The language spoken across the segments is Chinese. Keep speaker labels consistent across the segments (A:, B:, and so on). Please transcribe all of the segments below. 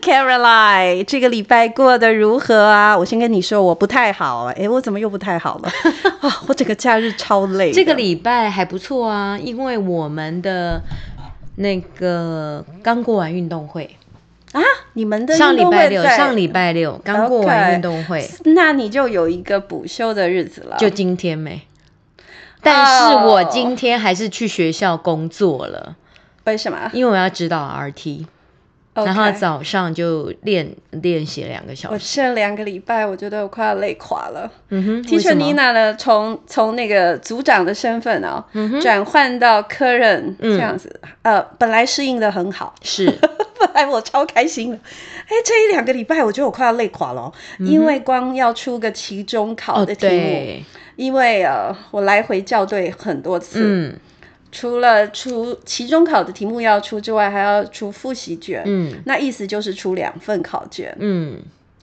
A: Caroline，这个礼拜过得如何啊？我先跟你说，我不太好、啊。哎，我怎么又不太好 了？啊，我整个假日超累。
B: 这个礼拜还不错啊，因为我们的那个刚过完运动会，
A: 啊，你们的
B: 上
A: 运
B: 礼
A: 动
B: 拜
A: 会
B: 六，
A: 在
B: 上礼拜六刚过完运动会，
A: 那你就有一个补休的日子了。
B: 就今天没。但是我今天还是去学校工作了，
A: 为什么？
B: 因为我要指导 RT，然后
A: 哦 OK
B: 早上就练练习两个小
A: 我
B: 时。
A: 这两个礼拜，我觉得我快要累垮了。
B: 嗯哼
A: t
B: 为
A: e
B: 什
A: a
B: 么
A: Nina 呢，从从那个组长的身份啊、
B: 嗯哼
A: 转换到科任
B: 嗯
A: 这样子，呃，本来适应的很好，
B: 是
A: 本来我超开心的。哎，这一两个礼拜，我觉得我快要累垮了哦，因为光要出个期中考
B: 嗯哦，
A: 的题目，
B: 对，
A: 因为呃，我来回校对很多次，
B: 嗯
A: 除了出期中考的题目要出之外，还要出复习卷，
B: 嗯
A: 那意思就是出两份考卷，
B: 嗯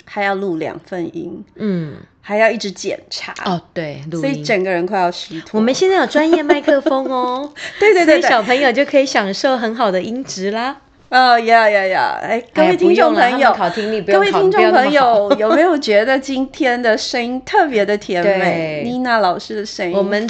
A: 还要录两份音，
B: 嗯，
A: 还要一直检查。
B: 哦对，录
A: 所以
B: 音
A: 整个人快要虚脱。
B: 我们现在有专业麦克风哦，
A: 对对对
B: 所以
A: 对，
B: 小朋友就可以享受很好的音质啦。
A: 哦呀呀呀！哎，各
B: 哎
A: 位
B: 呀
A: 听众朋
B: 不用
A: 友
B: 了他们，考听力不
A: 各
B: 用
A: 位
B: 考
A: 听
B: 不
A: 众
B: 要那么
A: 朋友， 有没有觉得今天的声音特别的甜美？
B: 对
A: 妮娜老师的声音，
B: 我们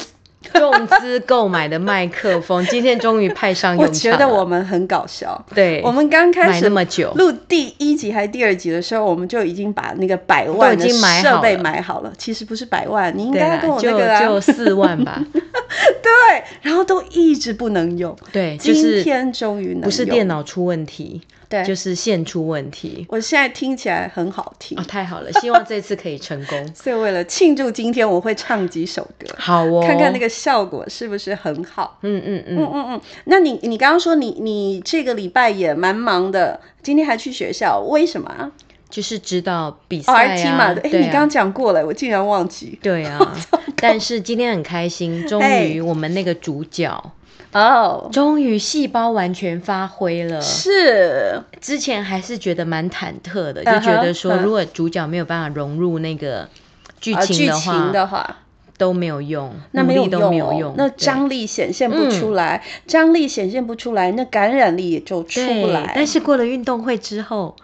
B: 重资购买的麦克风， 今天终于派上用
A: 我
B: 场
A: 觉得
B: 了
A: 我们很搞笑。
B: 对，
A: 我们刚开
B: 买
A: 始
B: 那么久，
A: 录第一集还是第二集的时候，我们就已经把那个百万
B: 都
A: 的
B: 已经买好了
A: 设备买好了。其实不是百万，你应
B: 对
A: 该
B: 啦，
A: 跟我那
B: 就
A: 个啊
B: 就，四万吧，
A: 对，然后都一直不能用。
B: 对，就
A: 今
B: 是
A: 天终于能用，
B: 不是电脑出问题，
A: 对，
B: 就是线出问题。
A: 我现在听起来很好听
B: 哦，，太好了，希望这次可以成 功。
A: 所以为了庆祝今天，我会唱几首歌，
B: 好哦，
A: 看看那，个效果是不是很好。
B: 嗯嗯
A: 嗯
B: 嗯，
A: 嗯嗯，那你你刚刚说你你这个礼拜也蛮忙的，今天还去学校，为什么啊
B: 就是指导比
A: ？R
B: 赛
A: T
B: 啊，
A: 嘛，哎，
B: 对
A: 你刚刚
B: 啊，
A: 讲过了，我竟然忘记
B: 对啊。但是今天很开心，终
A: 哎
B: 于我们那个主角
A: 哦，
B: 终于细胞完全发挥了。
A: 是
B: 之前还是觉得蛮忐忑的，
A: 嗯哼
B: 就觉得说
A: 嗯
B: 如果主角没有办法融入那个剧
A: 啊
B: 情
A: 剧
B: 的话，
A: 情的话，
B: 都没有用，
A: 那
B: 努
A: 没有
B: 力都没
A: 哦
B: 有用，
A: 那
B: 对嗯
A: 张力显现不出来，张力显现不出来，那感染力也就出
B: 对
A: 不来。，
B: 但是过了运动会之后，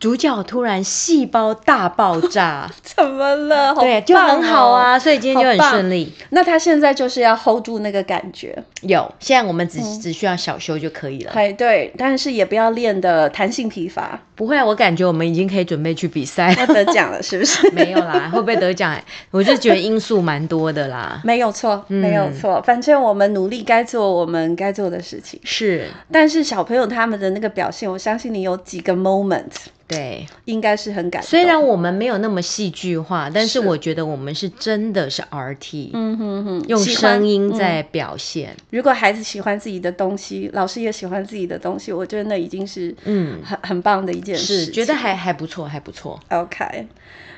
B: 主角突然细胞大爆炸
A: 怎么了？ 好
B: 对，就
A: 棒
B: 很好
A: 哦
B: 啊，所以今天就
A: 好
B: 很
A: 棒
B: 顺利。
A: 那他现在就是要 hold 住那个感觉，
B: 有，现在我们只、
A: 嗯
B: 只需要小修就可以了。
A: 哎，对，但是也不要练的弹性疲乏，
B: 不会啊，我感觉我们已经可以准备去比赛。
A: 要得奖了是不是？
B: 没有啦，会不会得奖？我就觉得因素蛮多的啦。
A: 没有错，没有错，反正我们努力该做我们该做的事情。
B: 是，
A: 但是小朋友他们的那个表现，我相信你有几个 moment
B: 对。
A: 应该是很感动。
B: 虽然我们没有那么戏剧化，但是
A: 是
B: 我觉得我们是真的是 RT，、
A: 嗯哼哼，
B: 用
A: 喜欢
B: 声音、
A: 嗯
B: 在表现。
A: 如果孩子喜欢自己的东西，老师也喜欢自己的东西，我觉得那已经是
B: 嗯，
A: 很很棒的一件事
B: 是，
A: 情。
B: 觉得还还不错，还不错。
A: OK，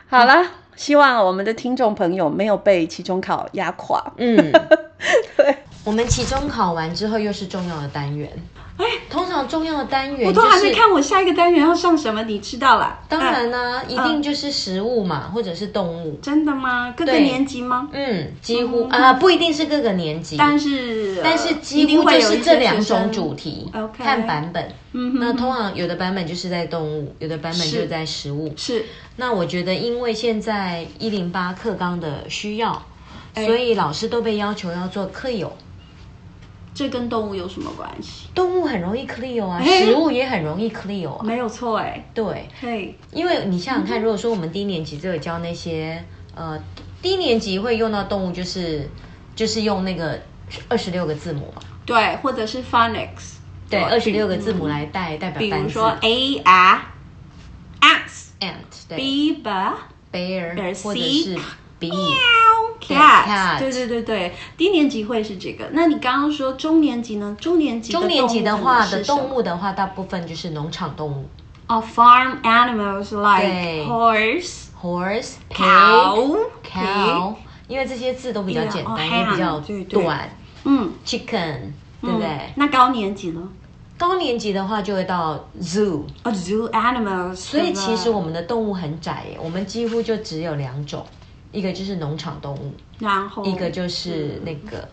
A: 好了，希望我们的听众朋友没有被期中考压垮。
B: 嗯，我们期中考完之后又是重要的单元。哎，通常重要的单元、
A: 我
B: 就是，
A: 都还没看我下一个单元要上什么，你知道啦？
B: 当
A: 啊、
B: 然啦、一定就是食物嘛，或者是动物。
A: 真的吗？各个
B: 对
A: 年级吗？
B: 嗯，几乎啊、不一定是各个年级，
A: 哦但是呃
B: 但是
A: 一
B: 几
A: 定
B: 乎
A: 会
B: 就
A: 有一
B: 是
A: 些
B: 这两
A: 学生
B: 种主题
A: OK
B: 看版本。
A: 嗯哼
B: 那通常有的版本就是在动物，有的版本就是在食物。
A: 是
B: 那我觉得，因为现在一零八课纲的需要，
A: 哎
B: 所以老师都被要求要做 clear。
A: 这跟动物有什么关系？
B: 动物很容易 clear 啊，
A: 哎
B: 食物也很容易 clear 啊。
A: 没有错哎、
B: 对，
A: 嘿，
B: 因为你想想
A: 嗯
B: 看，如果说我们低年级就有教那些呃，低年级会用到动物，就是就是用那个二十六个字母嘛，
A: 对，或者是 phonics，
B: 对，
A: 哦
B: 二十六个
A: 比
B: 字母来代代表
A: 比
B: 单
A: 如
B: 字。
A: 说 a r ants
B: ant 对
A: beaver bear,
B: bear 或者
A: seek
B: 是 bee，
A: c a
B: cat
A: 对对对对，低年级会是这个。那你刚刚说中年级呢？中年级的
B: 中年级的话的
A: 动
B: 动
A: 物
B: 物的话，大部分就是农场动物
A: 哦，farm animals like
B: 对
A: horse,
B: ，horse、pig、
A: cow, pig
B: cow，因为这些字都比较简
A: 哦
B: 单，
A: ham，
B: 也比较
A: 对对
B: 短。
A: 嗯，
B: chicken，对
A: 嗯
B: 不对？
A: 那高年级呢？
B: 高年级的话就会到 zoo，
A: 哦，zoo animals。所
B: 所以其实我们的动物很窄耶，我们几乎就
A: 哦
B: 只有两种，一个就是农场动物，
A: 然后
B: 一个就是那个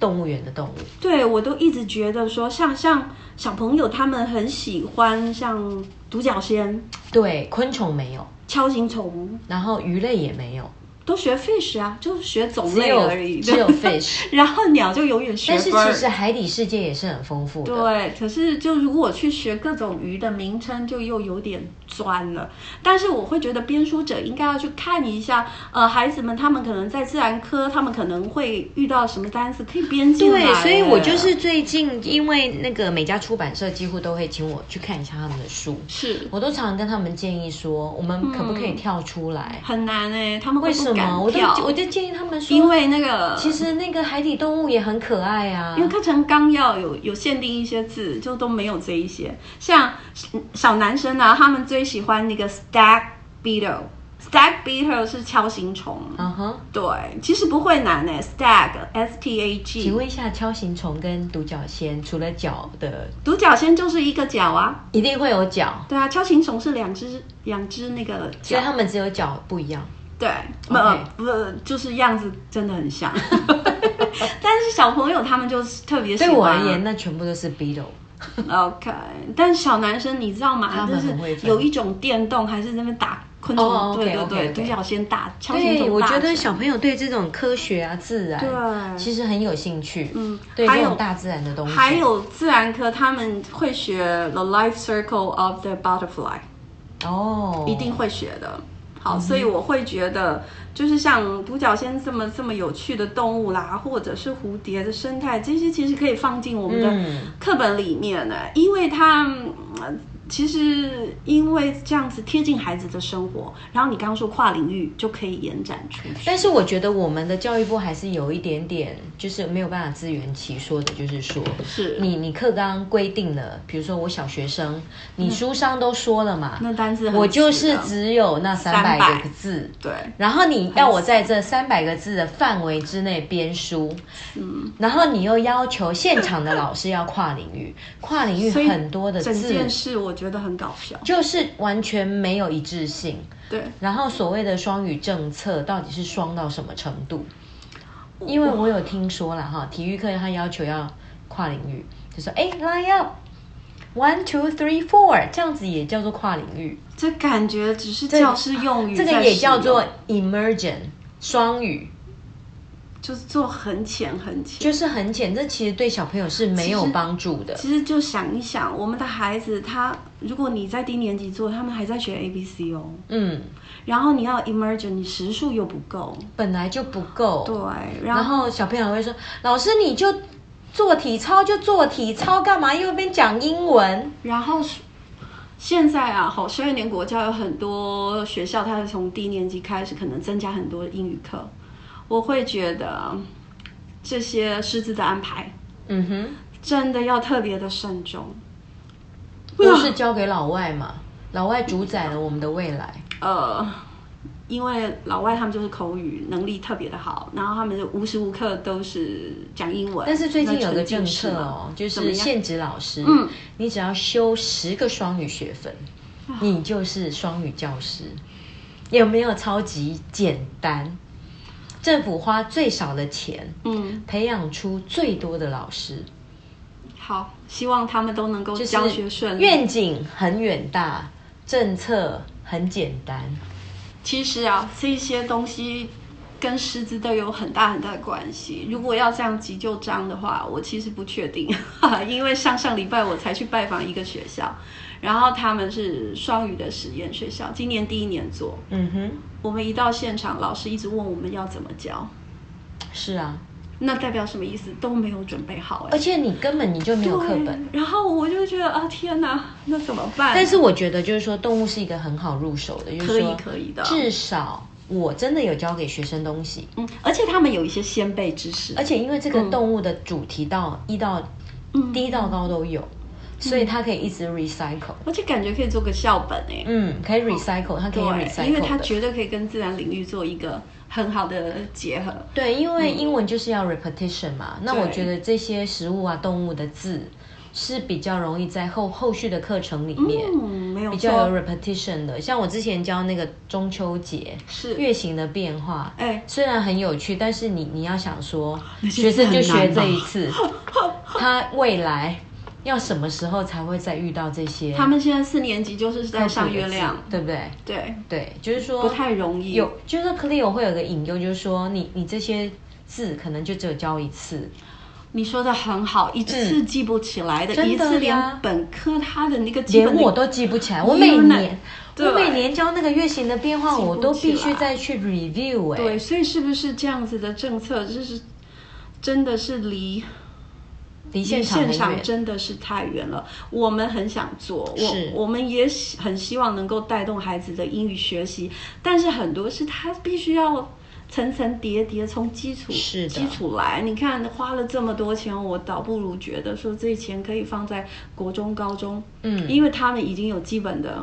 B: 动物园的动物。
C: 对我都一直觉得说，像像小朋友他们很喜欢像独角仙、
B: 对，昆虫没有，
C: 锹形虫，
B: 然后鱼类也没有，
C: 都学 fish 啊，就是学种
B: 只
C: 类
B: 有
C: 而已。
B: 只有 fish。
C: 然后鸟就永远学
B: 但是
C: bird
B: 其实海底世界也是很丰富的。
C: 对，可是就如果去学各种鱼的名称，就又有点专了。但是我会觉得编书者应该要去看一下，呃，孩子们他们可能在自然科，他们可能会遇到什么单词可以编进来。
B: 对，所以我就是最近，因为那个每家出版社几乎都会请我去看一下他们的书，
C: 是
B: 我都常常跟他们建议说，我们可不可以跳出来？
C: 很难哎、他们会
B: 为
C: 不
B: 什
C: 敢
B: 么？我都
C: 跳
B: 我就建议他们说，
C: 因为那个
B: 其。实那个海底动物也很可爱啊
C: 因。为课程纲要有有限定一些字，就都没有这一些。像嗯小男生啊，他们最喜欢那个 stag beetle，stag beetle 是锹形虫。
B: 嗯哼，
C: 对，其实不会难诶，stag s t a
B: 请
C: g，
B: 问一下，锹形虫跟独角仙除了脚的，
C: 独角仙就是一个角啊，
B: 一定会有脚，
C: 对啊，锹形虫是两只两只那个
B: 所以
C: 角，
B: 它们只有脚不一样。
C: 对，不
B: OK
C: 不就是样子真的很 像，但是小朋友他们就是特别喜
B: 对
C: 欢。
B: 我而言，那全部都是 beetle。
C: OK，但小男生你知道吗？
B: 他
C: 就
B: 们
C: 是
B: 很会分
C: 有一种电动还是在那边打昆虫，
B: 哦，OK，
C: 对对对，
B: OK，OK
C: 独角仙打锹形
B: 对，
C: 虫
B: 我
C: 大
B: 觉得
C: 神
B: 小朋友对这种科学啊、自然，
C: 对
B: 其实很有兴趣。
C: 嗯
B: 对
C: 还
B: 这
C: 有
B: 种大自然的东西，
C: 还有自然科他们会学 The Life Circle of the Butterfly。
B: 哦，
C: 一定会学的。
B: 嗯
C: 好，所以我会觉得，就是像独角仙这么这么有趣的动物啦，或者是蝴蝶的生态，这些其实可以放进我们的
B: 嗯，
C: 课本里面呢、因为它、嗯呃其实因为这样子贴近孩子的生活，然后你刚刚说跨领域就可以延展出去。
B: 但是我觉得我们的教育部还是有一点点，就是没有办法自圆其说的，就是说。
C: 是
B: 你你课纲规定了，比如说我小学生，你书上都说了嘛，
C: 那单字很
B: 我就是
C: 死的
B: 只有那三百个
C: 300
B: 字，
C: 对，
B: 然后你要我在这三百个字的范围之内编书，
C: 嗯，
B: 然后你又要求现场的老师要跨领域，跨领域
C: 所以
B: 很多的
C: 整
B: 字
C: 件事我觉得很搞笑。
B: 就是完全没有一致性。
C: 对，
B: 然后所谓的双语政策到底是双到什么程度？因为我有听说了哈，体育课他要求要跨领域，就说哎，line up，one two three four，这样子也叫做跨领域，
C: 这感觉只是教师用语
B: 这
C: 在使用，
B: 个也叫做 emergent 双语，
C: 就是做很浅很浅。
B: 就是很浅，这其实对小朋友是没有
C: 其实
B: 帮助的。
C: 其实就想一想，我们的孩子他，如果你在低年级做，他们还在学 A B C 哦，
B: 嗯，
C: 然后你要 emergent，你时数又不够，
B: 本来就不够。
C: 对，然
B: 然
C: 后
B: 后小朋友还会说：“老师，你就做体操就做体操，干嘛又一边讲英文
C: 然后现在啊，好，十二年国教有很多学校，它是从低年级开始，可能增加很多英语课，我会觉得这些师资的安排？”
B: 嗯哼，
C: 真的要特别的慎重。
B: 都是交给老外嘛，老外主宰了我们的未来。
C: 呃，因为老外他们就是口语能力特别的好，然后他们就无时无刻都是讲英文。
B: 但是最
C: 那
B: 近有个
C: 纯净
B: 政
C: 式
B: 策
C: 嘛
B: 哦，就
C: 怎么
B: 是
C: 样
B: 限制老师，
C: 嗯
B: 你只要修十个双语学分，你就是双语教师。有没有超级简单？政府花最少的钱，
C: 嗯，
B: 培养出最多的老师。
C: 好，希望他们都能够
B: 就是
C: 教学顺利。
B: 愿景很远大，政策很简单。
C: 其实啊，这些东西跟师资都有很大很大的关系。如果要这样急就章的话，我其实不确定， 因为上上礼拜我才去拜访一个学校，然后他们是双语的实验学校，今年第一年做。
B: 嗯哼，
C: 我们一到现场，老师一直问我们要怎么教，
B: 是啊，
C: 那代表什么意思？都没有准备好哎、
B: 而且你根本你就没有课本。
C: 对。然后我就觉得啊，天哪，那怎么办？
B: 但是我觉得就是说，动物是一个很好入手的，就是
C: 可以
B: 说
C: 可以的
B: 至少我真的有教给学生东西，
C: 嗯，而且他们有一些先辈知识，
B: 而且因为这个动物的主题到一到
C: 嗯
B: 低到高都有，所以它可以一直 recycle。
C: 而且感觉可以做个校本哎、
B: 嗯，可以 recycle，它可以
C: 对，因为它
B: recycle 的。
C: 绝对可以跟自然领域做一个很好的结合。
B: 对，因为英文就是要 repetition 嘛。那我
C: 嗯对
B: 觉得这些食物啊、动物的字是比较容易在后后续的课程里面。
C: 嗯，没有
B: 比
C: 错，
B: 较有 repetition 的，像我之前教那个中秋节
C: 是
B: 月形的变化，
C: 哎
B: 虽然很有趣，但是你你要想说，
C: 那些
B: 学
C: 字
B: 生
C: 很
B: 就学
C: 难
B: 这
C: 吧
B: 一次， 他未来要什么时候才会再遇到这些？
C: 他们现在四年级就是在上月亮，
B: 对不对？
C: 对，
B: 对，就是说
C: 不太容易。
B: 有，就是说 Clio 会有个隐忧，就是说你你这些字可能就只有教一次，
C: 你说的很好，一次记不起来的，
B: 嗯真
C: 一
B: 的呀
C: 次连本科他的那个基
B: 连
C: 本
B: 我
C: 的
B: 都记不起来。我每
C: Unit，
B: 年我
C: 对
B: 每年教那个月形的变
C: 记
B: 化，
C: 不
B: 我都必
C: 起
B: 须
C: 来
B: 再去 review 哎、
C: 对，所以是不是这样子的政策，就是真的是离
B: 离现
C: 离
B: 场
C: 现
B: 很
C: 场
B: 远。
C: 真的是太远了。我们很想做，
B: 是
C: 我我们也喜很希望能够带动孩子的英语学习，但是很多是他必须要层层叠叠从基础
B: 是的
C: 基础来。你看花了这么多钱，我倒不如觉得说这钱可以放在国中、高中，
B: 嗯
C: 因为他们已经有基本的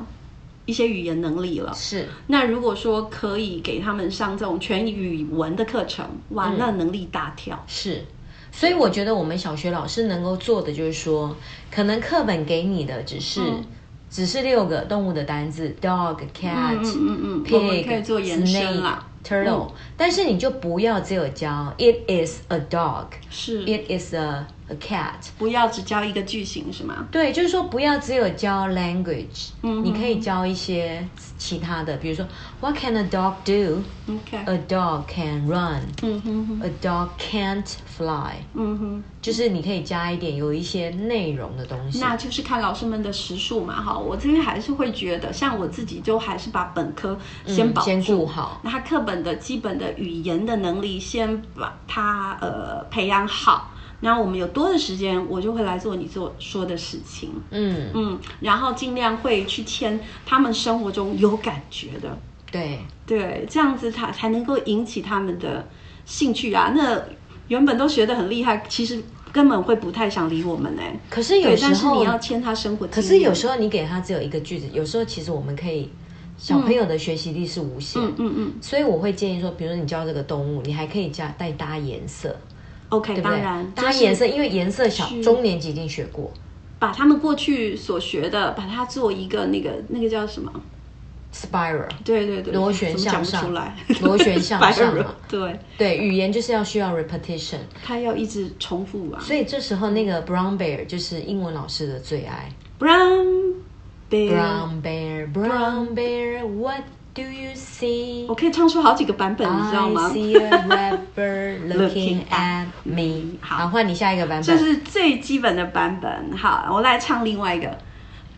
C: 一些语言能力了。
B: 是
C: 那如果说可以给他们上这种全语文的课程，完
B: 嗯
C: 了能力大跳。
B: 是，所以我觉得我们小学老师能够做的就是说，可能课本给你的只是、
C: 嗯
B: 只是六个动物的单字，dog、cat、
C: 嗯嗯嗯嗯
B: pig、
C: 我们可以做延伸啦嗯
B: snake、turtle，、但是你就不要只有教 it is a dog。
C: 是
B: It is a a cat。
C: 不要只教一个句型是吗？
B: 对，就是说不要只有教 language，、
C: 嗯哼
B: 你可以教一些其他的，比如说 What can a dog do?
C: OK，
B: A dog can run.
C: 嗯哼哼，
B: A dog can't fly。
C: 嗯哼，
B: 就是你可以加一点有一些内容的东西。
C: 那就是看老师们的时数嘛，哈。我这边还是会觉得，像我自己就还是把本科嗯先保
B: 嗯先顾
C: 住，
B: 好。
C: 那他课本的基本的语言的能力先把它呃培养好。然后我们有多的时间，我就会来做你做说的事情，
B: 嗯，
C: 嗯，然后尽量会去签他们生活中有感觉的，
B: 对，
C: 对，这样子他才能够引起他们的兴趣啊。那原本都学得很厉害，其实根本会不太想理我们哎、
B: 可是有
C: 对，
B: 时
C: 但是
B: 候
C: 你要签他生活经
B: 可
C: 历，
B: 是有时候你给他只有一个句子，有时候其实我们可以，小朋友的学习力是无限。
C: 嗯嗯嗯
B: 所以我会建议说，比如说你教这个动物，你还可以加带搭颜色，
C: ，OK，
B: 对不
C: 当
B: 对
C: 然，？
B: 搭
C: 就是
B: 颜色，因为颜色小
C: 是
B: 中年级一定学过，
C: 把他们过去所学的，把它做一个那个那个叫什么？
B: spiral，
C: 对对对，
B: 螺旋
C: 怎么讲
B: 向上
C: 不出来，
B: 螺 旋向上啊嘛
C: Spiral，对，
B: 对，语言就是要需要 repetition，
C: 他要一直重复啊。
B: 所以这时候那个 brown bear 就是英文老师的最爱。
C: Brown bear，
B: Brown bear, brown bear, what do you see?
C: 我可以唱出好几个版本，你知道
B: I
C: 吗？
B: see a red bird looking
C: Looking
B: at me。
C: 好
B: 好，换你下一个版
C: 这
B: 本。
C: 是最基本的版本。好，我来唱另外一个。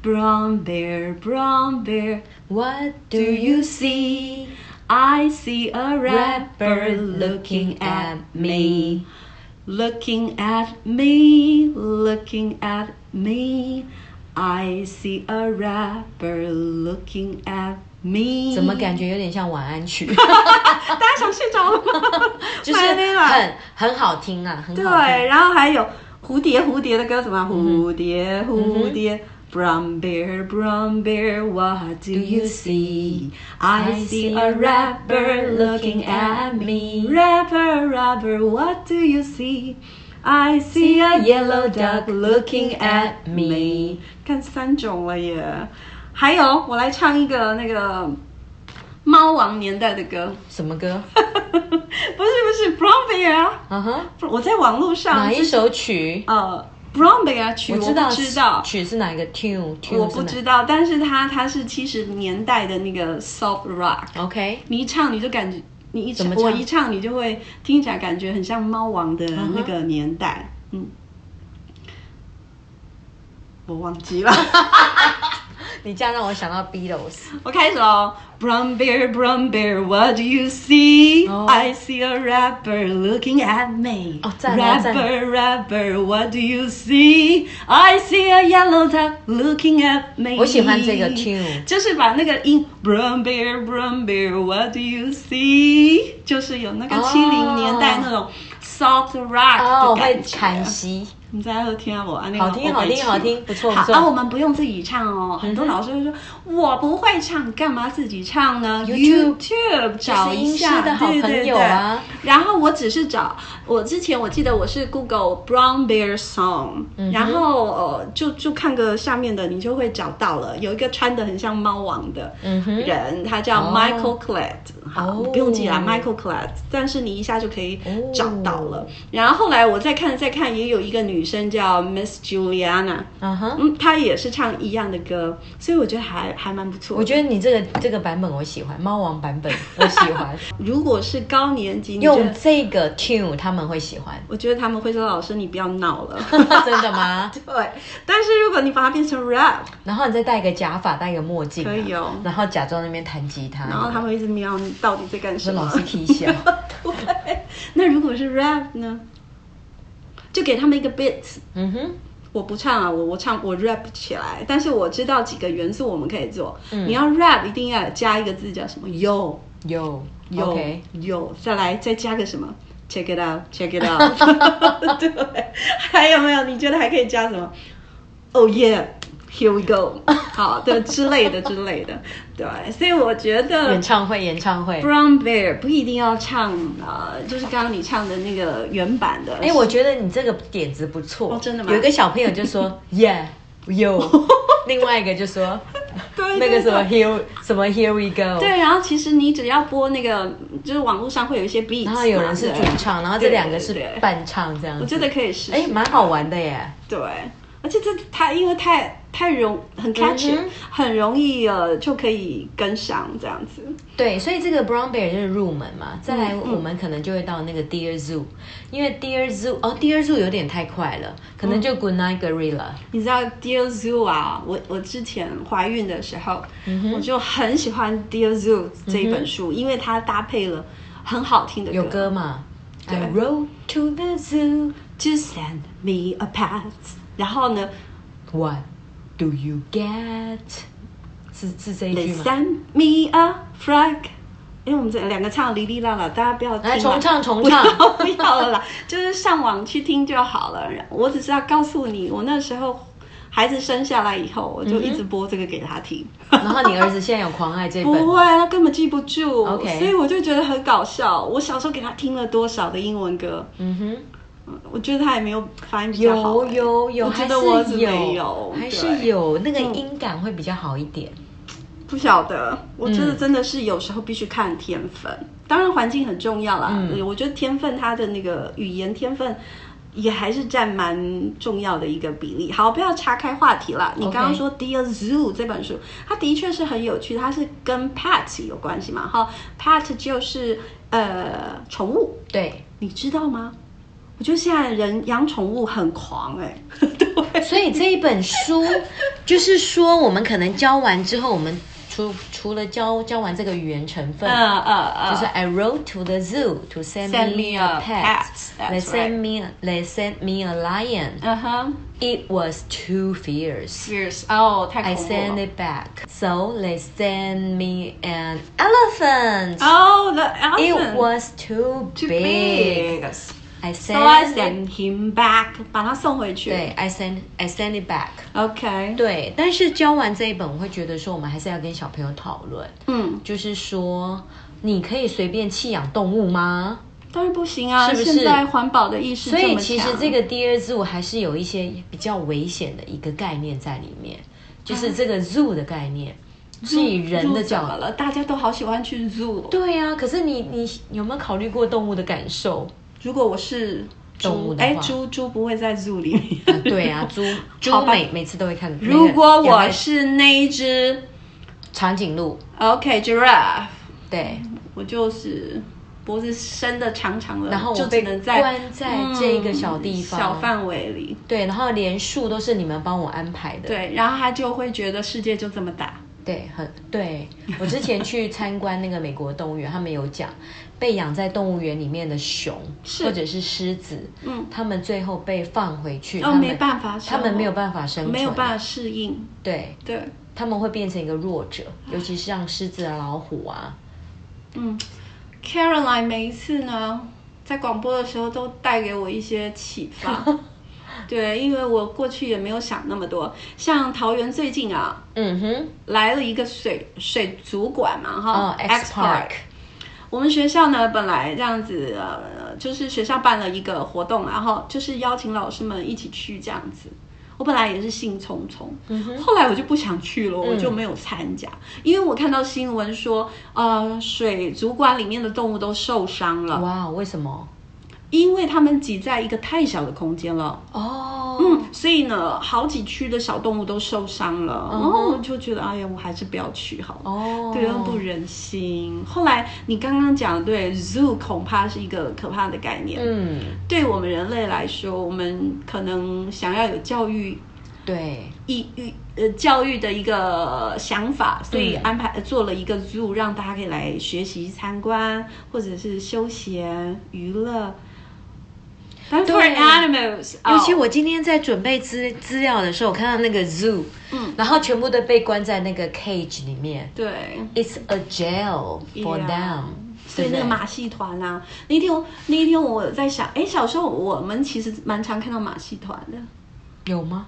C: Brown bear, brown bear,
B: What do
C: do you
B: you
C: see? I see a red bird looking at me, looking at me, looking at me. I see a red bird looking at me.
B: 怎么感觉有点像晚 安曲？
C: 大家想睡着了吗？
B: 就是
C: 买那个
B: 很很好听啊，很好
C: 对，
B: 听。
C: 然后还有蝴蝶，蝴蝶的歌怎么样？蝴蝶，蝴蝶。Brown bear, brown bear, what 嗯 do you see? I see a red bird looking at me. Red bird, red bird, what do you see? I see a yellow duck looking at me. 看三种了耶，还有我来唱一个那个猫王年代的歌，
B: 什么 歌？
C: 不是不是 Brown bear 啊，
B: 啊哈，
C: 我在网络上
B: 哪
C: 就
B: 一
C: 是
B: 首曲？
C: 呃 Brown Bear 曲
B: 我
C: 我
B: 知道，
C: 不知道，
B: 曲是哪一个 tune？tune
C: 我不知道，但是它它是七十年代的那个 soft rock，
B: OK，
C: 你一唱你就感觉，你一
B: 怎么
C: 唱
B: 唱嗯
C: 我一唱你就会听起来感觉很像猫王的那个年代，嗯，我忘记了。
B: 你这样让我想到 Beatles。
C: 我开始喽。Brown bear, brown bear, what do you see?
B: Oh.
C: I see a rapper looking at me.
B: 哦赞哦赞
C: rapper, rapper, what do you see? I see a yellow duck looking at me.
B: 我喜欢这个 tune
C: 就是把那个音 Brown bear, brown bear, what do you see？就是有那个
B: 哦
C: 七零年代那种 soft rock 的
B: 哦，会
C: 感觉。
B: 砍息，
C: 你在二听啊，我安利
B: 好听好听好听不错不错嗯
C: 啊，我们不用自己唱哦。很多老师会说，我不会唱，干嘛自己唱呢
B: YouTube
C: ？YouTube 找一
B: 音师
C: 下，
B: 的好
C: 对
B: 朋友啊。
C: 对对然后我只是找我之前我记得我是 Google Brown Bear Song，、然
B: 嗯
C: 后呃就就看个下面的，你就会找到了。有一个穿的很像猫王的
B: 嗯哼
C: 人，他叫
B: 哦
C: Michael Clatt，好，
B: 哦
C: 不用记啦，Michael Clatt，但是你一下就可以找到了。
B: 哦
C: 然后后来我再看再看，也有一个女生叫 Miss Juliana，
B: 嗯哼，
C: 嗯，她也是唱一样的歌，所以我觉得还还蛮不错。
B: 我觉得你这个这个版本我喜欢，猫王版本 我喜欢，
C: 如果是高年级，你觉
B: 用
C: 得，
B: 这个 tune 他们会喜欢
C: 我觉得他们会说老师你不要闹了。
B: 真的吗？
C: 对，但是如果你把它变成 rap，
B: 然后你再戴一个假发，戴一个墨镜啊、
C: 可以哦
B: 然后假装那边弹吉他，
C: 然后他们会一直瞄你到底在干
B: 说
C: 什
B: 啊老
C: 么
B: 师。踢笑，
C: 对，那如果是 rap 呢？就给他们一个 beat，
B: 嗯哼，
C: 我不唱啊，我我唱我 rap 不起来，但是我知道几个元素我们可以做。
B: 嗯
C: 你要 rap 一定要加一个字叫什么？Yo
B: 有
C: yo
B: OK，
C: yo，再来再加个什么？Check it out，check it out。对，还有没有？你觉得还可以加什么？Oh yeah，here we go，好 的之类的之类的。对，所以我觉得
B: 演唱会演唱会。
C: Brown Bear 不一定要唱呃，就是刚刚你唱的那个原版的。
B: 哎、我觉得你这个点子不错，
C: 哦真的吗
B: 有一个小朋友 就说 Yeah，有，另外一个就说
C: 对
B: 那个什么。
C: 对
B: Here 什么 Here we go，
C: 对，然后其实你只要播那个，就是网络上会有一些 beat，
B: 然后有人是主唱，然后这两个是
C: 对对对
B: 伴唱这样子。
C: 我觉得可以试试。
B: 哎，蛮好玩的耶。
C: 对，而且这它因为太太容很 catchy，、
B: 嗯哼
C: 很容易呃就可以跟上这样子。
B: 对，所以这个 Brown Bear 就是入门
C: 嗯
B: 嘛，再来我们可能就会到那个 Dear Zoo，因为 Dear Zoo 哦 Dear Zoo 有点太快了，可
C: 哦
B: 能就 Good Night Gorilla。
C: 你知道 Dear Zoo 啊，我我之前怀孕的时候，
B: 嗯
C: 我就很喜欢 Dear Zoo 这一本书，因为它搭配了很好听的
B: 有歌嘛？I rode to the zoo.
C: Just send me a pass。然后呢，
B: What do you get？是是这一
C: They
B: 句吗？
C: send me a frog。因为我们这两个唱哩哩啦啦，大家不要听了
B: 来哎重唱重唱
C: 不要不要了啦， 就是上网去听就好了。我只是要告诉你，我那时候孩子生下来以后，我就一
B: 嗯
C: 直播这个给他听。
B: 然后你儿子现在有狂爱这
C: 不
B: 本，
C: 会，他根本记不住
B: OK
C: 所以我就觉得很搞笑。我小时候给他听了多少的英文歌，
B: 嗯哼，
C: 嗯我觉得他也没有发音比较好
B: 有
C: 欸、
B: 有有，
C: 我觉
B: 还
C: 得我儿子
B: 是
C: 没
B: 有
C: 有，，
B: 还
C: 对
B: 是有那个音感会比较好一点。
C: 不晓得，我觉得
B: 嗯
C: 真的是有时候必须看天分，当然环境很重要啦。
B: 嗯
C: 我觉得天分它的那个语言天分也还是占蛮重要的一个比例。好，不要岔开话题啦。你
B: OK
C: 刚刚说《Dear Zoo》这本书，它的确是很有趣，它是跟 pet 有关系嘛？哈，pet 就是呃宠物，
B: 对，
C: 你知道吗？我觉得现在人养宠物很狂哎、 对，
B: 所以这一本书就是说，我们可能教完之后，我们除除了教教完这个语言成分。
C: 嗯嗯嗯，
B: 就是 I rode to the zoo to send,
C: Send
B: me
C: me
B: a
C: a
B: pet.
C: pet, that's
B: They sent me a, they sent me a lion.
C: 嗯哼
B: It was too fierce.
C: ，fierce 哦，太
B: I
C: 恐怖了。
B: sent it back. So they sent me an elephant.
C: Oh, the elephant.
B: It was too,
C: too
B: big.
C: big.
B: I
C: So I
B: sent it-
C: sent him back，把它送回去。
B: 对，I sent I sent it back.
C: OK，
B: 对，但是教完这一本，我会觉得说，我们还是要跟小朋友讨论，
C: 嗯，
B: 就是说，你可以随便弃养动物吗？
C: 当然不行啊，
B: 是不是
C: 现在环保的意识
B: 所
C: 这
B: 以
C: 么强
B: 其实这个 Dear Zoo 还是有一些比较危险的一个概念在里面，就是这个 zoo 的概念是以人的
C: zoo 啊怎么
B: 角度。
C: 了？大家都好喜欢去 zoo。
B: 对呀、啊，可是你你有没有考虑过动物的感受？
C: 如果我是猪
B: 动物的话
C: 哎，猪猪不会在 zoo 里面。
B: 啊对啊，猪
C: 好
B: 猪
C: 吧
B: 每每次都会看。
C: 如果
B: 那个
C: 我
B: 养在
C: 是那一只
B: 长颈鹿，
C: OK giraffe，
B: 对，
C: 我就是脖子伸的长长的，
B: 然后我
C: 就
B: 被
C: 只能在嗯
B: 关在这个小地方
C: 小范围里。
B: 对，然后连树都是你们帮我安排的，
C: 对，然后他就会觉得世界就这么大。
B: 对，很对。我之前去参观那个美国动物园，他们有讲被养在动物园里面的熊
C: 是
B: 或者是狮子，
C: 嗯
B: 他们最后被放回去，
C: 哦，
B: 他们
C: 没办法生活，
B: 他们没有办法生存，
C: 没有办法适应，
B: 对，
C: 对，
B: 他们会变成一个弱者，尤其是像狮子啊、老虎啊，
C: 嗯，Caroline 每一次呢，在广播的时候都带给我一些启发。对，因为我过去也没有想那么多。像桃园最近啊，
B: 嗯哼，
C: 来了一个水水族馆嘛，哈、
B: 哦，X Park，
C: 我们学校呢，本来这样子，呃，就是学校办了一个活动，然后就是邀请老师们一起去这样子。我本来也是兴冲冲，
B: 嗯
C: 后来我就不想去了，我就没有参加，因为我看到新闻说，呃，水族馆里面的动物都受伤了，
B: 哇，为什么？
C: 因为它们挤在一个太小的空间了。
B: 哦，
C: 嗯，所以呢，好几区的小动物都受伤了，然后我就觉得，哎呀，我还是不要去好了。
B: 嗯哦，
C: 对，又不忍心。后来你刚刚讲，对 zoo 恐怕是一个可怕的概念。
B: 嗯，
C: 对我们人类来说，我们可能想要有教育
B: 对，
C: 意欲呃教育的一个想法，所以
B: 嗯
C: 安排、做了一个 zoo，让大家可以来学习、参观，或者是休闲娱乐。但 for
B: 对
C: animals，
B: 尤其
C: 哦
B: 我今天在准备资资料的时候，我看到那个 zoo，嗯，然后全部都被关在那个 cage 里面
C: 对
B: ，it's a jail for
C: Yeah
B: them，
C: 所以
B: 对
C: 那个
B: 不对
C: 马戏团啊，那一天我那一天我在想，哎，小时候我们其实蛮常看到马戏团的，
B: 有吗？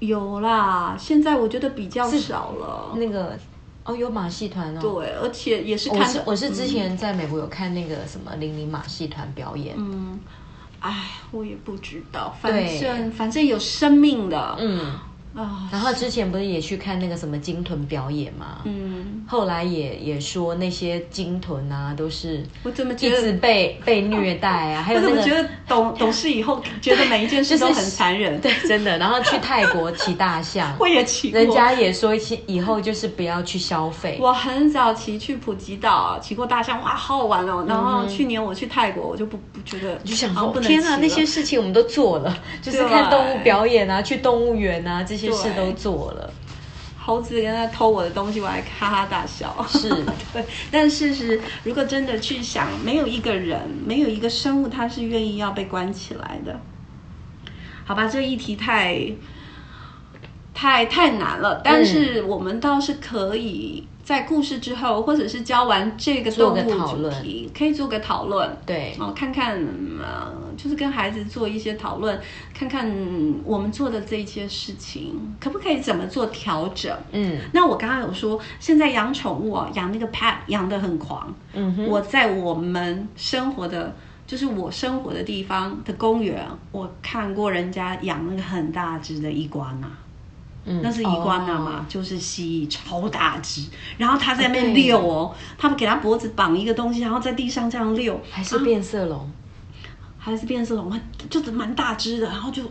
C: 有啦，现在我觉得比较少了。
B: 那个哦，有马戏团哦，
C: 对，而且也是
B: 我
C: 看
B: 是
C: 着，
B: 我是之前在美国有看那个什么零零马戏团表演，
C: 嗯，哎，我也不知道，反
B: 对
C: 正反正有生命的，
B: 嗯，
C: 啊，
B: 然后之前不是也去看那个什么鲸豚表演吗？
C: 嗯，
B: 后来也也说那些鲸豚啊都是
C: 我怎么觉
B: 一直
C: 得，
B: 被被虐待啊，还有
C: 我
B: 那
C: 怎么
B: 个
C: 觉得 懂懂事以后，觉得每一件事
B: 就
C: 都
B: 是
C: 很残忍。
B: 对，真的。然后去泰国骑大 象，
C: 我也骑过，
B: 人家也说骑以后就是不要去消费。
C: 我很早骑去普吉岛，骑过大象，哇，好好玩哦。然后去年我去泰国，我就不不觉得，
B: 嗯你就想
C: 好像
B: 说哦
C: 不，能
B: 天
C: 哪，
B: 啊那些事情我们都做 了，就是看动物表演啊，去动物园啊，这些事
C: 对
B: 都做了。
C: 猴子跟他偷我的东西，我还哈哈大笑。
B: 是
C: 对， 但事实如果真的去想，没有一个人，没有一个生物，它是愿意要被关起来的。好吧，这一题太太太难了，但
B: 嗯
C: 是我们倒是可以在故事之后，或者是教完这个
B: 做
C: 动
B: 个
C: 物
B: 讨
C: 主
B: 论
C: 题，可以做个讨论。
B: 对，
C: 哦，看看呃，就是跟孩子做一些讨论，看看嗯我们做的这一些事情，可不可以怎么做调整？
B: 嗯
C: 那我刚刚有说，现在养宠物哦，养那个 pet 养得很狂。
B: 嗯哼，
C: 我在我们生活的，就是我生活的地方的公园，我看过人家养那个很大只的伊瓜纳。
B: 嗯
C: 那是伊瓜纳嘛，就是蜥蜴，超大只。然后它在那边
B: 啊对
C: 溜哦，他们给它脖子绑一个东西，然后在地上这样溜，
B: 还是变色龙？
C: 还是变色龙，就是蛮大只的，然后就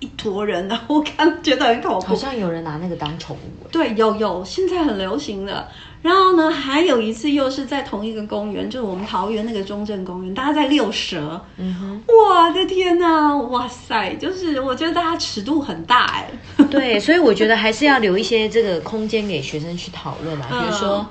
C: 一坨人，然后我看觉得很恐
B: 好
C: 怖。
B: 像有人拿那个当宠物、欸。
C: 对，有有，现在很流行的。然后呢，还有一次又是在同一个公园，就是我们桃园那个中正公园，大家在遛蛇。
B: 嗯哼，
C: 我的天呐，哇塞！就是我觉得大家尺度很大哎、
B: 对，所以我觉得还是要留一些这个空间给学生去讨论啊，比如说。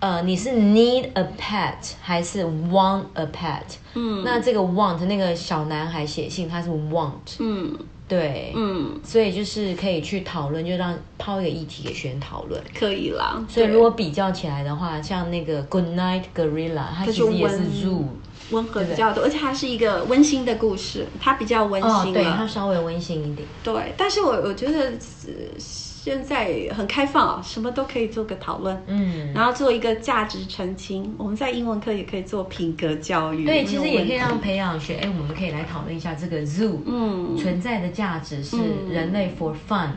B: 呃，你是 need a pet 还是 want a pet？
C: 嗯
B: 那这个 want 那个小男孩写信，他是 want，
C: 嗯
B: 对，
C: 嗯，
B: 所以就是可以去讨论，就让抛一个议题给学生讨论。
C: 可以啦。
B: 所以
C: 对
B: 如果比较起来的话，像那个 Good Night Gorilla，它其实也是
C: 它是
B: zoo，
C: 温和比较多，而且它是一个温馨的故事，它比较温
B: 哦，
C: 馨
B: 对，
C: 了。
B: 它稍微温馨一点。
C: 对，但是我我觉得、呃现在很开放啊，什么都可以做个讨论，
B: 嗯，
C: 然后做一个价值澄清。我们在英文课也可以做品格教育，
B: 对，
C: 没有
B: 其实也
C: 问
B: 可以
C: 题
B: 让培养学，哎，我们可以来讨论一下这个 zoo，
C: 嗯
B: 存在的价值是
C: 嗯
B: 人类 for fun，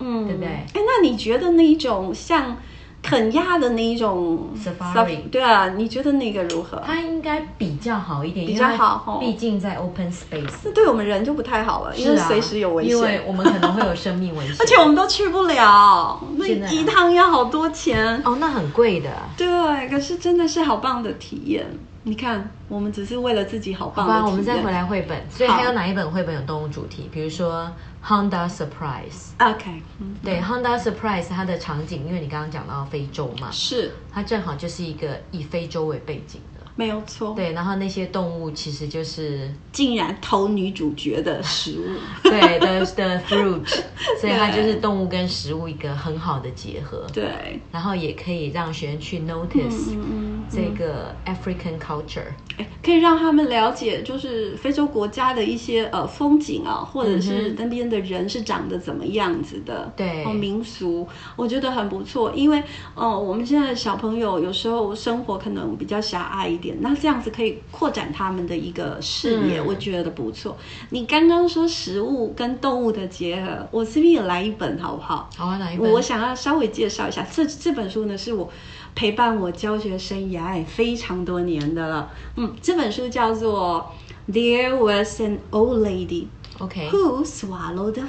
C: 嗯，
B: 对不对
C: 哎，那你觉得那一种像肯亚的那一种
B: Safari
C: saf- 对啊，你觉得那个如何？
B: 它应该比较好一点，
C: 比较好哦
B: 因为它毕竟在 open space，
C: 这对我们人就不太好了，因为
B: 是啊
C: 随时有危
B: 因为
C: 险，
B: 我们可能会有生命危险，
C: 而且我们都去不了，那
B: 现在啊
C: 一趟要好多钱。
B: 哦，那很贵的，
C: 对，可是真的是好棒的体验。你看，我们只是为了自己好
B: 好
C: 棒的体验。
B: 吧，我们再回来绘本，所以
C: 好
B: 还有哪一本绘本有动物主题？比如说 Honda Surprise，
C: OK，嗯，
B: 对，Honda Surprise 它的场景，因为你刚刚讲到非洲嘛，
C: 是
B: 它正好就是一个以非洲为背景的。
C: 没有错。
B: 对，然后那些动物其实就是
C: 竟然偷女主角的食 物。
B: 对的的 fruit，所以它
C: 对
B: 就是动物跟食物一个很好的结合，
C: 对，
B: 然后也可以让学生去 notice
C: 嗯嗯
B: 这个 African culture。
C: 哎可以让他们了解，就是非洲国家的一些呃风景啊，或者是那边的人是长得怎么样子的，
B: 嗯对
C: 哦民俗，我觉得很不错。因为呃，我们现在的小朋友有时候生活可能比较狭隘一点，那这样子可以扩展他们的一个视野，
B: 嗯
C: 我觉得不错。你刚刚说食物跟动物的结合，我这边也来一本好不好？
B: 好啊，哪一本？
C: 我想要稍微介绍一下，这这本书呢是我陪伴我教学生涯也非常多年的了。嗯，这本书叫做《There Was an Old Lady
B: OK，
C: Who Swallowed a Fly》。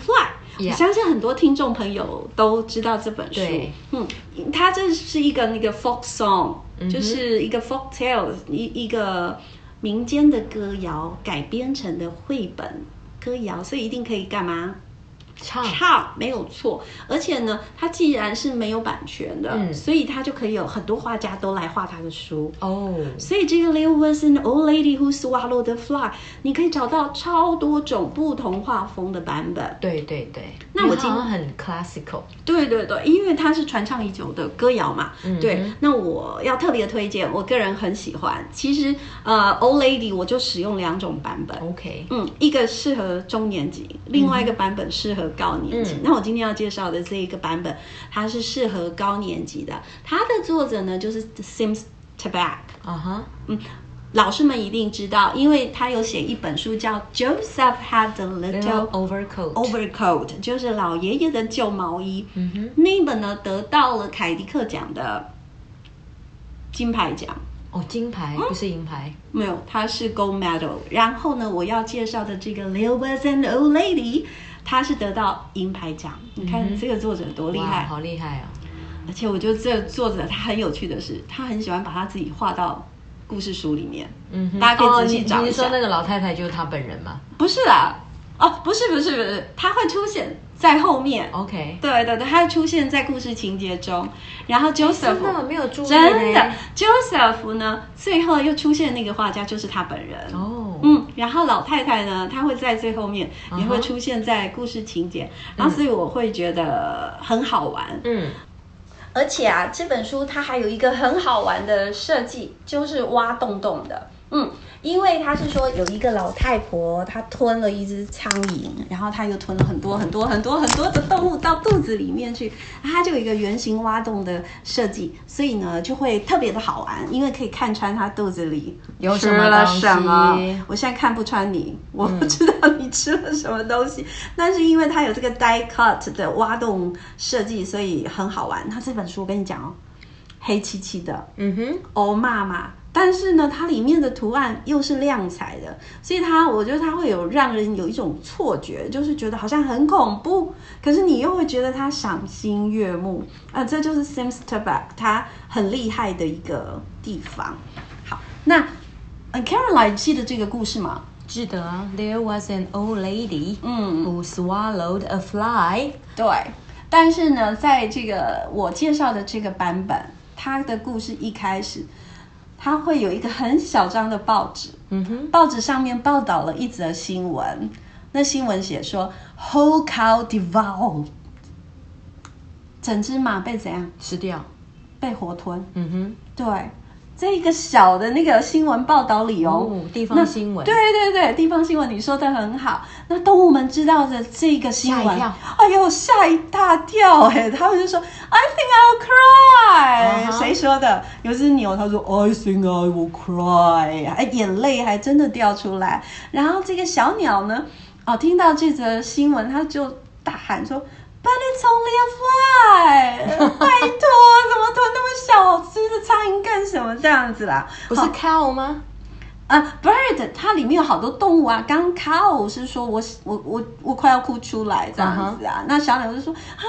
C: 我
B: Yeah
C: 相信很多听众朋友都知道这本书
B: 对。
C: 嗯，它这是一个那个 folk song，、
B: 嗯哼
C: 就是一个 folk tale，一一个民间的歌谣改编成的绘本歌谣，所以一定可以干嘛？
B: 唱
C: 唱没有错，而且呢，它既然是没有版权的，
B: 嗯
C: 所以它就可以有很多画家都来画他的书。
B: 哦，
C: 所以这个 There was an old lady who swallowed the fly，你可以找到超多种不同画风的版本。
B: 对对对，
C: 那我
B: 因为
C: 今
B: 好像很 classical，
C: 对对对，因为它是传唱已久的歌谣嘛。
B: 嗯
C: 对，那我要特别推荐，我个人很喜欢。其实呃，old lady 我就使用两种版本。
B: OK，
C: 嗯，一个适合中年级，另外一个版本适合高年级。
B: 嗯
C: 那我今天要介绍的这一个版本，它是适合高年级的。它的作者呢就是 Sims Tabak，嗯
B: 啊哈，
C: 老师们一定知道，因为他有写一本书叫《Joseph Had a Little
B: Little overcoat，
C: Overcoat》，就是老爷爷的旧毛衣。
B: 嗯哼，
C: 那一本呢得到了凯迪克奖的金牌奖。
B: 哦，金牌
C: 嗯
B: 不是银牌，
C: 没有，它是 gold medal。然后呢，我要介绍的这个 There was an old lady，她是得到银牌奖。你
B: 嗯
C: 看
B: 哼
C: 这个作者多厉
B: 哇，
C: 害！
B: 好厉害哦，
C: 而且我觉得这个作者他很有趣的是，他很喜欢把他自己画到故事书里面。
B: 嗯哼，
C: 大家可以仔细
B: 哦你
C: 找一
B: 你是说
C: 下
B: 那个老太太就是她本人嘛
C: 不是啦，哦，不是不是不是，他会出现在后面。
B: ？OK，
C: 对对对，他会出现在故事情节中。然后 Joseph
B: 真的没有注意呢
C: 真的 Joseph 呢，最后又出现那个画家就是他本人。
B: 哦，
C: 嗯，然后老太太呢，她会在最后面
B: 嗯哼
C: 也会出现在故事情节，然后所以我会觉得很好玩。
B: 嗯，
C: 而且啊，这本书它还有一个很好玩的设计，就是挖洞洞的。嗯，因为它是说有一个老太婆，她吞了一只苍蝇，然后她又吞了很多很多很多很多的动物到肚子里面去，它就有一个圆形挖洞的设计，所以呢就会特别的好玩，因为可以看穿她肚子里
B: 有
C: 吃
B: 什么
C: 了
B: 东
C: 什么
B: 西。
C: 我现在看不穿你，我不知道你吃了什么东西， 但是因为它有这个 die cut 的挖洞设计，所以很好玩。它这本书我跟你讲哦，黑漆漆的，
B: 嗯哼，
C: 哦妈妈，但是呢，它里面的图案又是亮彩的，所以它我觉得它会有让人有一种错觉，就是觉得好像很恐怖，可是你又会觉得它赏心悦目啊、这就是 Sims t a b a k 它很厉害的一个地方。好，那呃 Caroline 记得这个故事吗？
B: 记得啊，There was an old lady
C: 嗯，
B: who swallowed a fly。
C: 对。但是呢，在这个我介绍的这个版本，它的故事一开始，它会有一个很小张的报纸，
B: 嗯哼，
C: 报纸上面报道了一则新闻，那新闻写说 whole cow devoured，整只马被怎样？
B: 吃掉。
C: 被活吞。
B: 嗯哼，
C: 对，这一个小的那个新闻报道里哦。
B: 哦，地
C: 那
B: 方新闻。
C: 对，对对，地方新闻你说的很好。那动物们知道的这个新
B: 吓
C: 闻
B: 一跳，
C: 哎呦吓一大跳哎、他们就说 I think I'll cry，、
B: 啊哈
C: 谁说的？有只牛，它说 I think I will cry，哎，眼泪还真的掉出来。然后这个小鸟呢，哦，听到这则新闻，它就大喊说。But it's only a fly，拜托，怎么吞那么小只的苍蝇干什么这样子啦？
B: 不是 cow 吗？
C: 啊、b i r d 它里面有好多动物啊。刚 cow 是说我我我我快要哭出来这样子啊。那小鸟就说啊，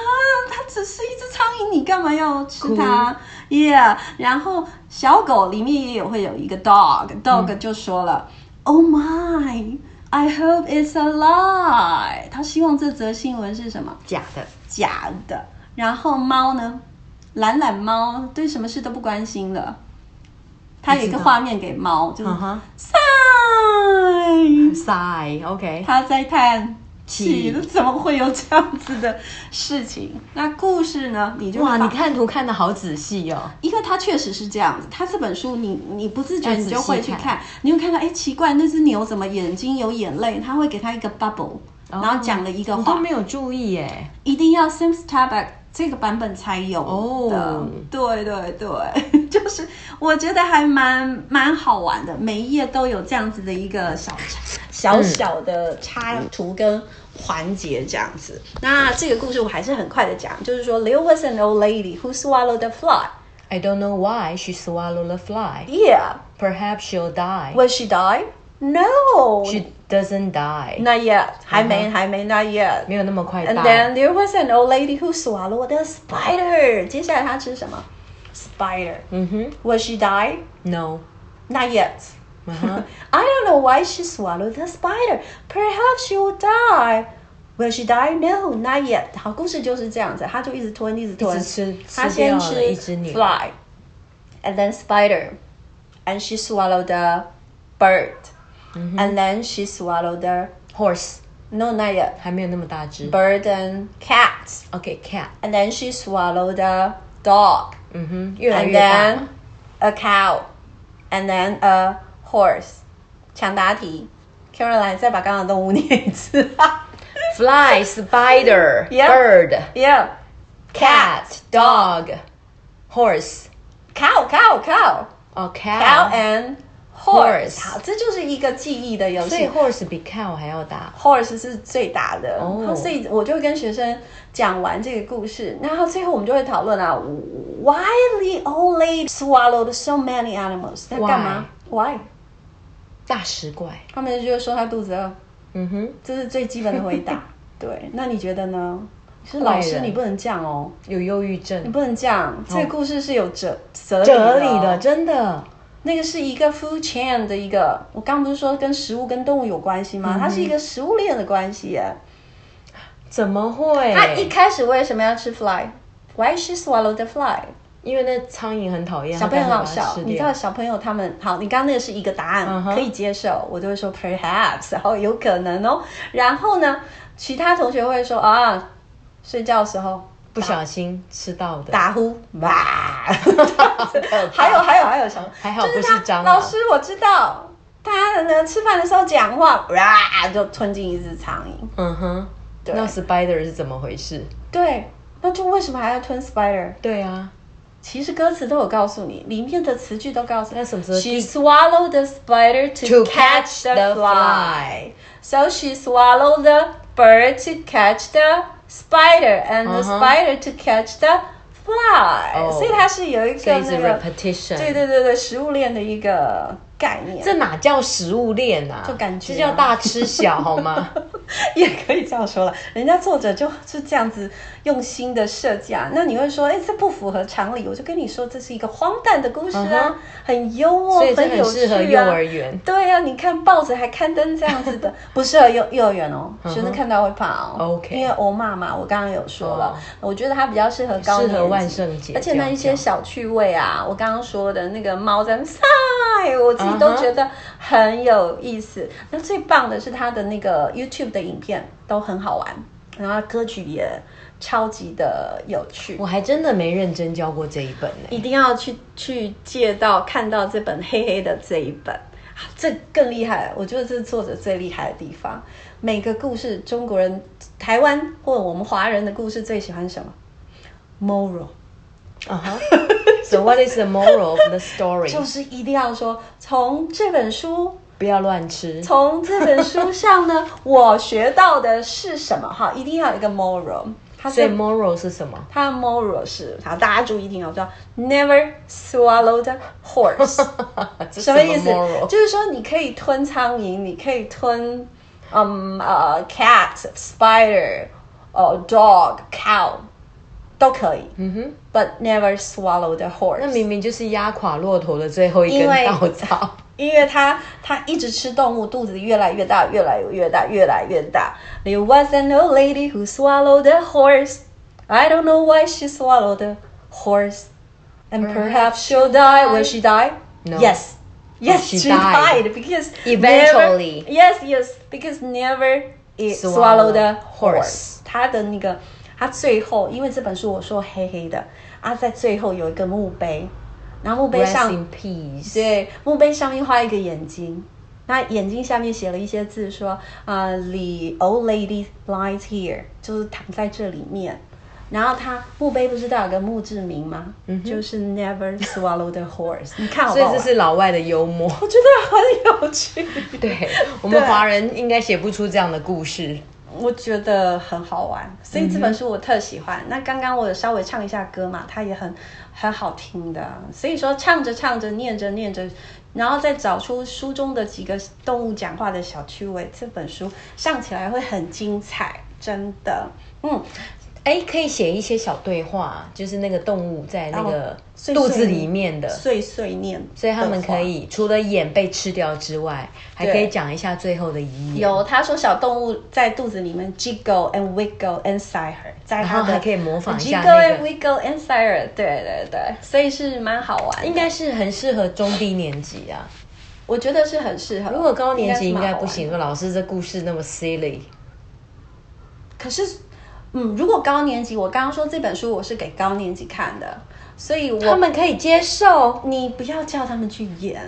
C: 它只是一只苍蝇，你干嘛要吃它？Yeah。然后小狗里面也有会有一个 dog，dog 就说了、o h my。I hope it's a lie。他希望这则新闻是什么？
B: 假的。
C: 假的。然后猫呢，懒懒猫对什么事都不啊关心了。他有一个
B: 不知道
C: 画面给猫，就是
B: 嗯嗯哼
C: 晒，
B: sigh，OK。
C: 他在看
B: 气
C: 气，怎么会有这样子的事情？那故事呢？你就
B: 哇，你
C: 放
B: 看图看的好仔细哦。
C: 因为它确实是这样子，它这本书你你不自觉
B: 要仔细
C: 你就会去看，
B: 看
C: 你会看到哎奇怪那只牛怎么眼睛有眼泪，它会给它一个 bubble，、然
B: 哦
C: 后讲了一个
B: 我都
C: 话，
B: 没有注意耶。
C: 一定要 Sims Tabak 这个版本才有的
B: 哦
C: 对对对， 就是我觉得还蛮蛮好玩的，每一页都有这样子的一个小插小小的插图跟环节这样子。那这个故事我还是很快的讲，就是说 There was an old lady who swallowed a fly.
B: I don't know why she swallowed a fly.
C: Yeah.
B: Perhaps she'll die.
C: Will she die? No.
B: She doesn't die.
C: not yet. 还没，还没，not Uh-huh. yet.
B: 没有那么快
C: And
B: 到。
C: then there was an old lady who swallowed a spider. 接下来她吃什么？Spider.
B: 嗯哼
C: Will she die?
B: ，No，
C: Not yet.
B: 嗯哼
C: I don't know why she swallowed the spider. Perhaps she will die. Will she die? No, not yet. 好，故事就是这样子，她就一直吞，一直吞，
B: 一直吃
C: 她先
B: 吃
C: 吃
B: 掉了一只牛
C: fly, and then spider, and she swallowed the bird, and then she swallowed the
B: ，Horse
C: no, not yet.
B: 还没有那么大只。
C: Bird and cat,
B: OK，cat，
C: and then she swallowed a dog,
B: 嗯哼，越来
C: and
B: 越大
C: then
B: 嘛。
C: a cow, and then a horse. 抢答题，Caroline 再把刚刚的动物念一次。
B: Fly, spider,
C: Yeah.
B: bird,
C: yeah,
B: cat, dog, horse.
C: cow, cow, cow,
B: 哦
C: cow
B: ，cow。
C: and horse.
B: Horse
C: 好，这就是一个记忆的游
B: 所以
C: 戏。
B: horse 比 cow 还要大。
C: Horse 是最大的
B: 哦
C: 然后所以我就跟学生讲完这个故事，然后最后我们就会讨论啊，Why the old lady swallowed so many animals？在干嘛？Why？
B: 大食怪。
C: 他们就说他肚子饿，
B: 嗯哼，
C: 这是最基本的回 答。对，那你觉得呢？是老
B: 怪
C: 师，
B: 人
C: 你不能这样哦，
B: 有忧郁
C: 你
B: 症，
C: 不能这样。这个故事是有哲哲
B: 哲
C: 理
B: 理
C: 的
B: 的，，真的。
C: 那个是一个 food chain 的一个，我刚不是说跟食物跟动物有关系
B: 嗯
C: 吗？它是一个食物链的关系耶。
B: 怎么会？
C: 它一开始为什么要吃 fly？Why she swallow the fly？
B: 因为那苍蝇很讨厌，
C: 小朋友很好
B: 它干脆把
C: 笑
B: 它吃，掉
C: 你知道小朋友他们好，你刚刚那个是一个答案
B: 嗯哼
C: 可以接受，我就会说 perhaps，然后有可能哦。然后呢，其他同学会说啊，睡觉的时候
B: 不小心吃到的。
C: 打呼，哇， 还有还有还有什么？
B: 还好
C: 就是
B: 不
C: 他
B: 是蟑螂
C: 啊老师，我知道，他呢吃饭的时候讲话，哇，就吞进一只苍蝇。
B: 嗯哼，
C: 对
B: 那 spider 是怎么回事？
C: 对，那就为什么还要吞 spider？
B: 对啊，
C: 其实歌词都有告诉你，里面的词句都告诉你。
B: 那什么时候
C: She swallowed the spider to,
B: To
C: catch
B: catch
C: the
B: the
C: fly. So she swallowed the bird to catch the spider, and the
B: 嗯哼
C: spider to catch the fly.
B: 哦
C: 所以它是有一个
B: 所以是
C: 那个
B: repetition。
C: 对对对对，食物链的一个概念，
B: 这哪叫食物链啊？
C: 就感觉啊
B: 这叫大吃小好 吗？
C: 也可以这样说了。人家作者就是这样子用心的设计啊。那你会说，哎，这不符合常理。我就跟你说，这是一个荒诞的故事啊
B: 嗯
C: 很幽默，
B: 所以这
C: 很有
B: 很
C: 趣
B: 适
C: 啊。
B: 合幼儿园。
C: 对呀、啊，你看报纸还刊登这样子 的，不适合幼幼儿园哦，
B: 嗯哼
C: 学生看到会怕哦。
B: OK 哦
C: 因为欧妈嘛，我刚刚有说了，我觉得它比较适合高
B: 适
C: 年级
B: 合万圣节
C: 而且那一些
B: 调调
C: 小趣味啊，我刚刚说的那个猫在那边 嗨，我自己都
B: 嗯哼
C: 觉得很有意思。那最棒的是它的那个 YouTube 的影片都很好玩，然后歌曲也超级的有趣。
B: 我还真的没认真教过这一 本呢、
C: 一定要去去借到看到这本黑黑的这一本，啊这更厉害。我觉得这是作者最厉害的地方。每个故事，中国人、台湾或者我们华人的故事最喜欢什么？moral，
B: 啊哈。So what is the moral of the
C: 就
B: story？
C: 是一定要说从这本书
B: 不要乱吃。
C: 从这本书上 呢，我学到的是什么？哈，一定要有一个 moral。它
B: 所以
C: 是
B: moral 是什么？
C: 它的 moral 是，好，大家注意听啊，叫 never swallow the horse。
B: 啊这
C: 什么意思
B: moral？？
C: 就是说你可以吞苍蝇，你可以吞，嗯呃，cat、spider、呃，dog、cow，都可以。
B: 嗯哼，
C: But never swallow the
B: 那
C: horse，
B: 明明就是压垮骆驼的最后一
C: 因
B: 根
C: 为
B: 稻 草。
C: 因为它它一直吃动物，肚子越来越大，越来越大，越来越大。There was an old lady who swallowed a horse. I don't know why she swallowed a horse. And perhaps she'll die. Will she die?
B: No.
C: Yes. Yes,
B: She
C: she,
B: died.
C: died because
B: Eventually.
C: Never, yes, yes, because never It
B: Swallow
C: swallowed a
B: the
C: horse。它的那个，它最后，因为这本书我说黑黑的，啊，在最后有一个墓碑，然后墓碑
B: Rest
C: 上
B: in peace。
C: 对，墓碑上面画一个眼睛，那眼睛下面写了一些字说，啊、t h e old lady lies here，就是躺在这里面。然后他墓碑不是都有个墓志铭吗？
B: 嗯哼
C: 就是 Never swallow the horse。你看好
B: 所
C: 不
B: 以
C: 好玩
B: 这是老外的幽默，
C: 我觉得很有趣。
B: 对我们
C: 对
B: 华人应该写不出这样的故事。
C: 我觉得很好玩，
B: 嗯
C: 所以这本书我特喜欢。那刚刚我有稍微唱一下歌嘛，它也很很好听的。所以说唱着唱着，念着念着，然后再找出书中的几个动物讲话的小趣味，这本书上起来会很精彩，真的。嗯，
B: 哎，可以写一些小对话，就是那个动物在那个
C: 碎碎
B: 肚子里面哦的，
C: 碎碎念，
B: 所以他们可。以除了眼被吃掉之外，还可以讲一下最后的遗言，
C: 有，他说小动物在肚子里面 jiggle and wiggle inside her，在
B: 然
C: 他
B: 后
C: 的
B: 还可以模仿一下
C: jiggle
B: 那
C: and
B: 个，
C: wiggle inside her，对对对，所以是蛮好玩的，
B: 应该是很适合中低年级啊。
C: 我觉得是很适合。
B: 如果高年级应
C: 应
B: 该
C: 该
B: 不行，
C: 是蛮好玩的。
B: 说老师这故事那么 silly，
C: 可是，嗯，如果高年级，我刚刚说这本书我是给高年级看的，所以我
B: 他们可以接受。
C: 你不要叫他们去演。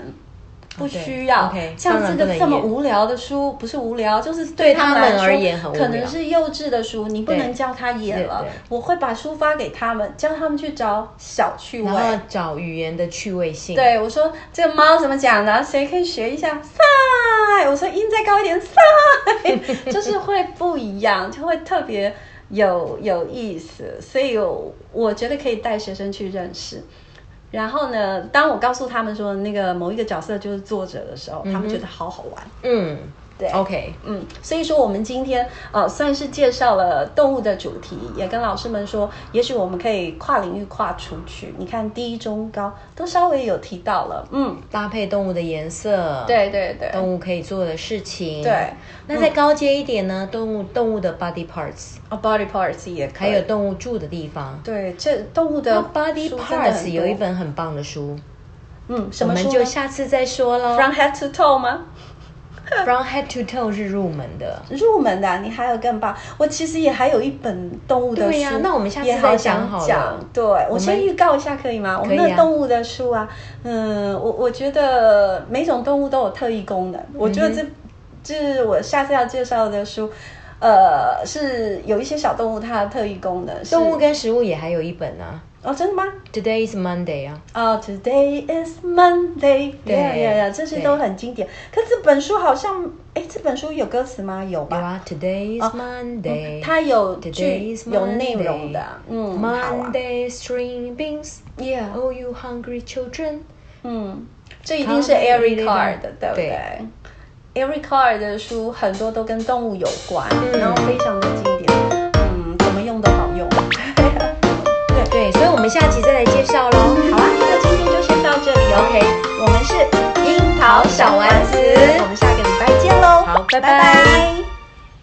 C: 不
B: 对
C: 需要
B: OK，
C: 像
B: 当然
C: 这
B: 不
C: 个
B: 能
C: 这么
B: 演
C: 无聊的书，不是无聊，就是
B: 对
C: 他
B: 他们
C: 来说
B: 而言很无
C: 可能
B: 聊
C: 是幼稚的书，你不
B: 对
C: 能叫他演
B: 对
C: 了
B: 对。
C: 我会把书发给他们，叫他们去找小趣味
B: 然。后找语言的趣味性，，
C: 对，我说这个猫怎么讲呢？谁可以学一下？赛，我说音再高一点，赛， 就是会不一样，就会特别有有意思，所以我我觉得可以带学生去认识。然后呢，当我告诉他们说那个某一个角色就是作者的时候，他们觉得好好玩。
B: 嗯，
C: 对
B: ，OK，
C: 嗯，所以说我们今天呃算是介绍了动物的主题，也跟老师们说，也许我们可以跨领域跨出去。你看第一、中、高都稍微有提到了，嗯，
B: 搭配动物的颜色，，
C: 对对对，
B: 动物可以做的事情，
C: 对。
B: 那再高阶一点呢？动物动物的 body parts，
C: 啊，body parts 也可
B: 还
C: 以，
B: 有动物住的地方。
C: 对这动物的
B: 那 body
C: 书真的
B: parts
C: 很
B: 有一
C: 多，
B: 本很棒的书，
C: 嗯，什
B: 我
C: 么
B: 们
C: 书
B: 就
C: 呢
B: 下次再说喽。
C: ？From head to toe 吗？
B: From head to toe 是入门的。
C: 入门的啊、你还有更棒。我其实也还有一本动物的书，
B: 对呀那我们下次
C: 也好
B: 再讲
C: 想
B: 好了
C: 讲。对，我
B: 们
C: 先预告一下可以吗？我们
B: 可以啊
C: 的动物的书啊，嗯，我我觉得每种动物都有特异功
B: 嗯
C: 能。我觉得这、这是我下次要介绍的书，呃，是有一些小动物它的特异功能。是
B: 动物跟食物也还有一本啊。
C: 哦，真的吗？
B: Today is Monday 啊，
C: 哦、t o d a y is Monday，
B: 对
C: 呀呀呀，这些
B: 对
C: 都很经典。可这本书好像，哎，这本书有歌词吗？有
B: 有
C: 吧？
B: 啊，Today is
C: 哦
B: Monday，
C: 它有
B: Today
C: 剧
B: is
C: 有内容的
B: Monday，
C: 嗯，好啊
B: Monday string beans。
C: ，Yeah，
B: Oh, you hungry children？
C: 嗯，这一定是 Eric Carr 的，对不对
B: 对
C: ？Eric Carr 的书很多都跟动物有关，
B: 嗯
C: 然后非常的经典，嗯，怎么用都好用。
B: 对，所以我们下期再来介绍喽。
C: 好啊，那今天就先到这里哦。
B: OK，
C: 我们是樱桃小丸子，
B: 小丸子
C: 我们下个礼拜见喽。
B: 好拜拜
C: 拜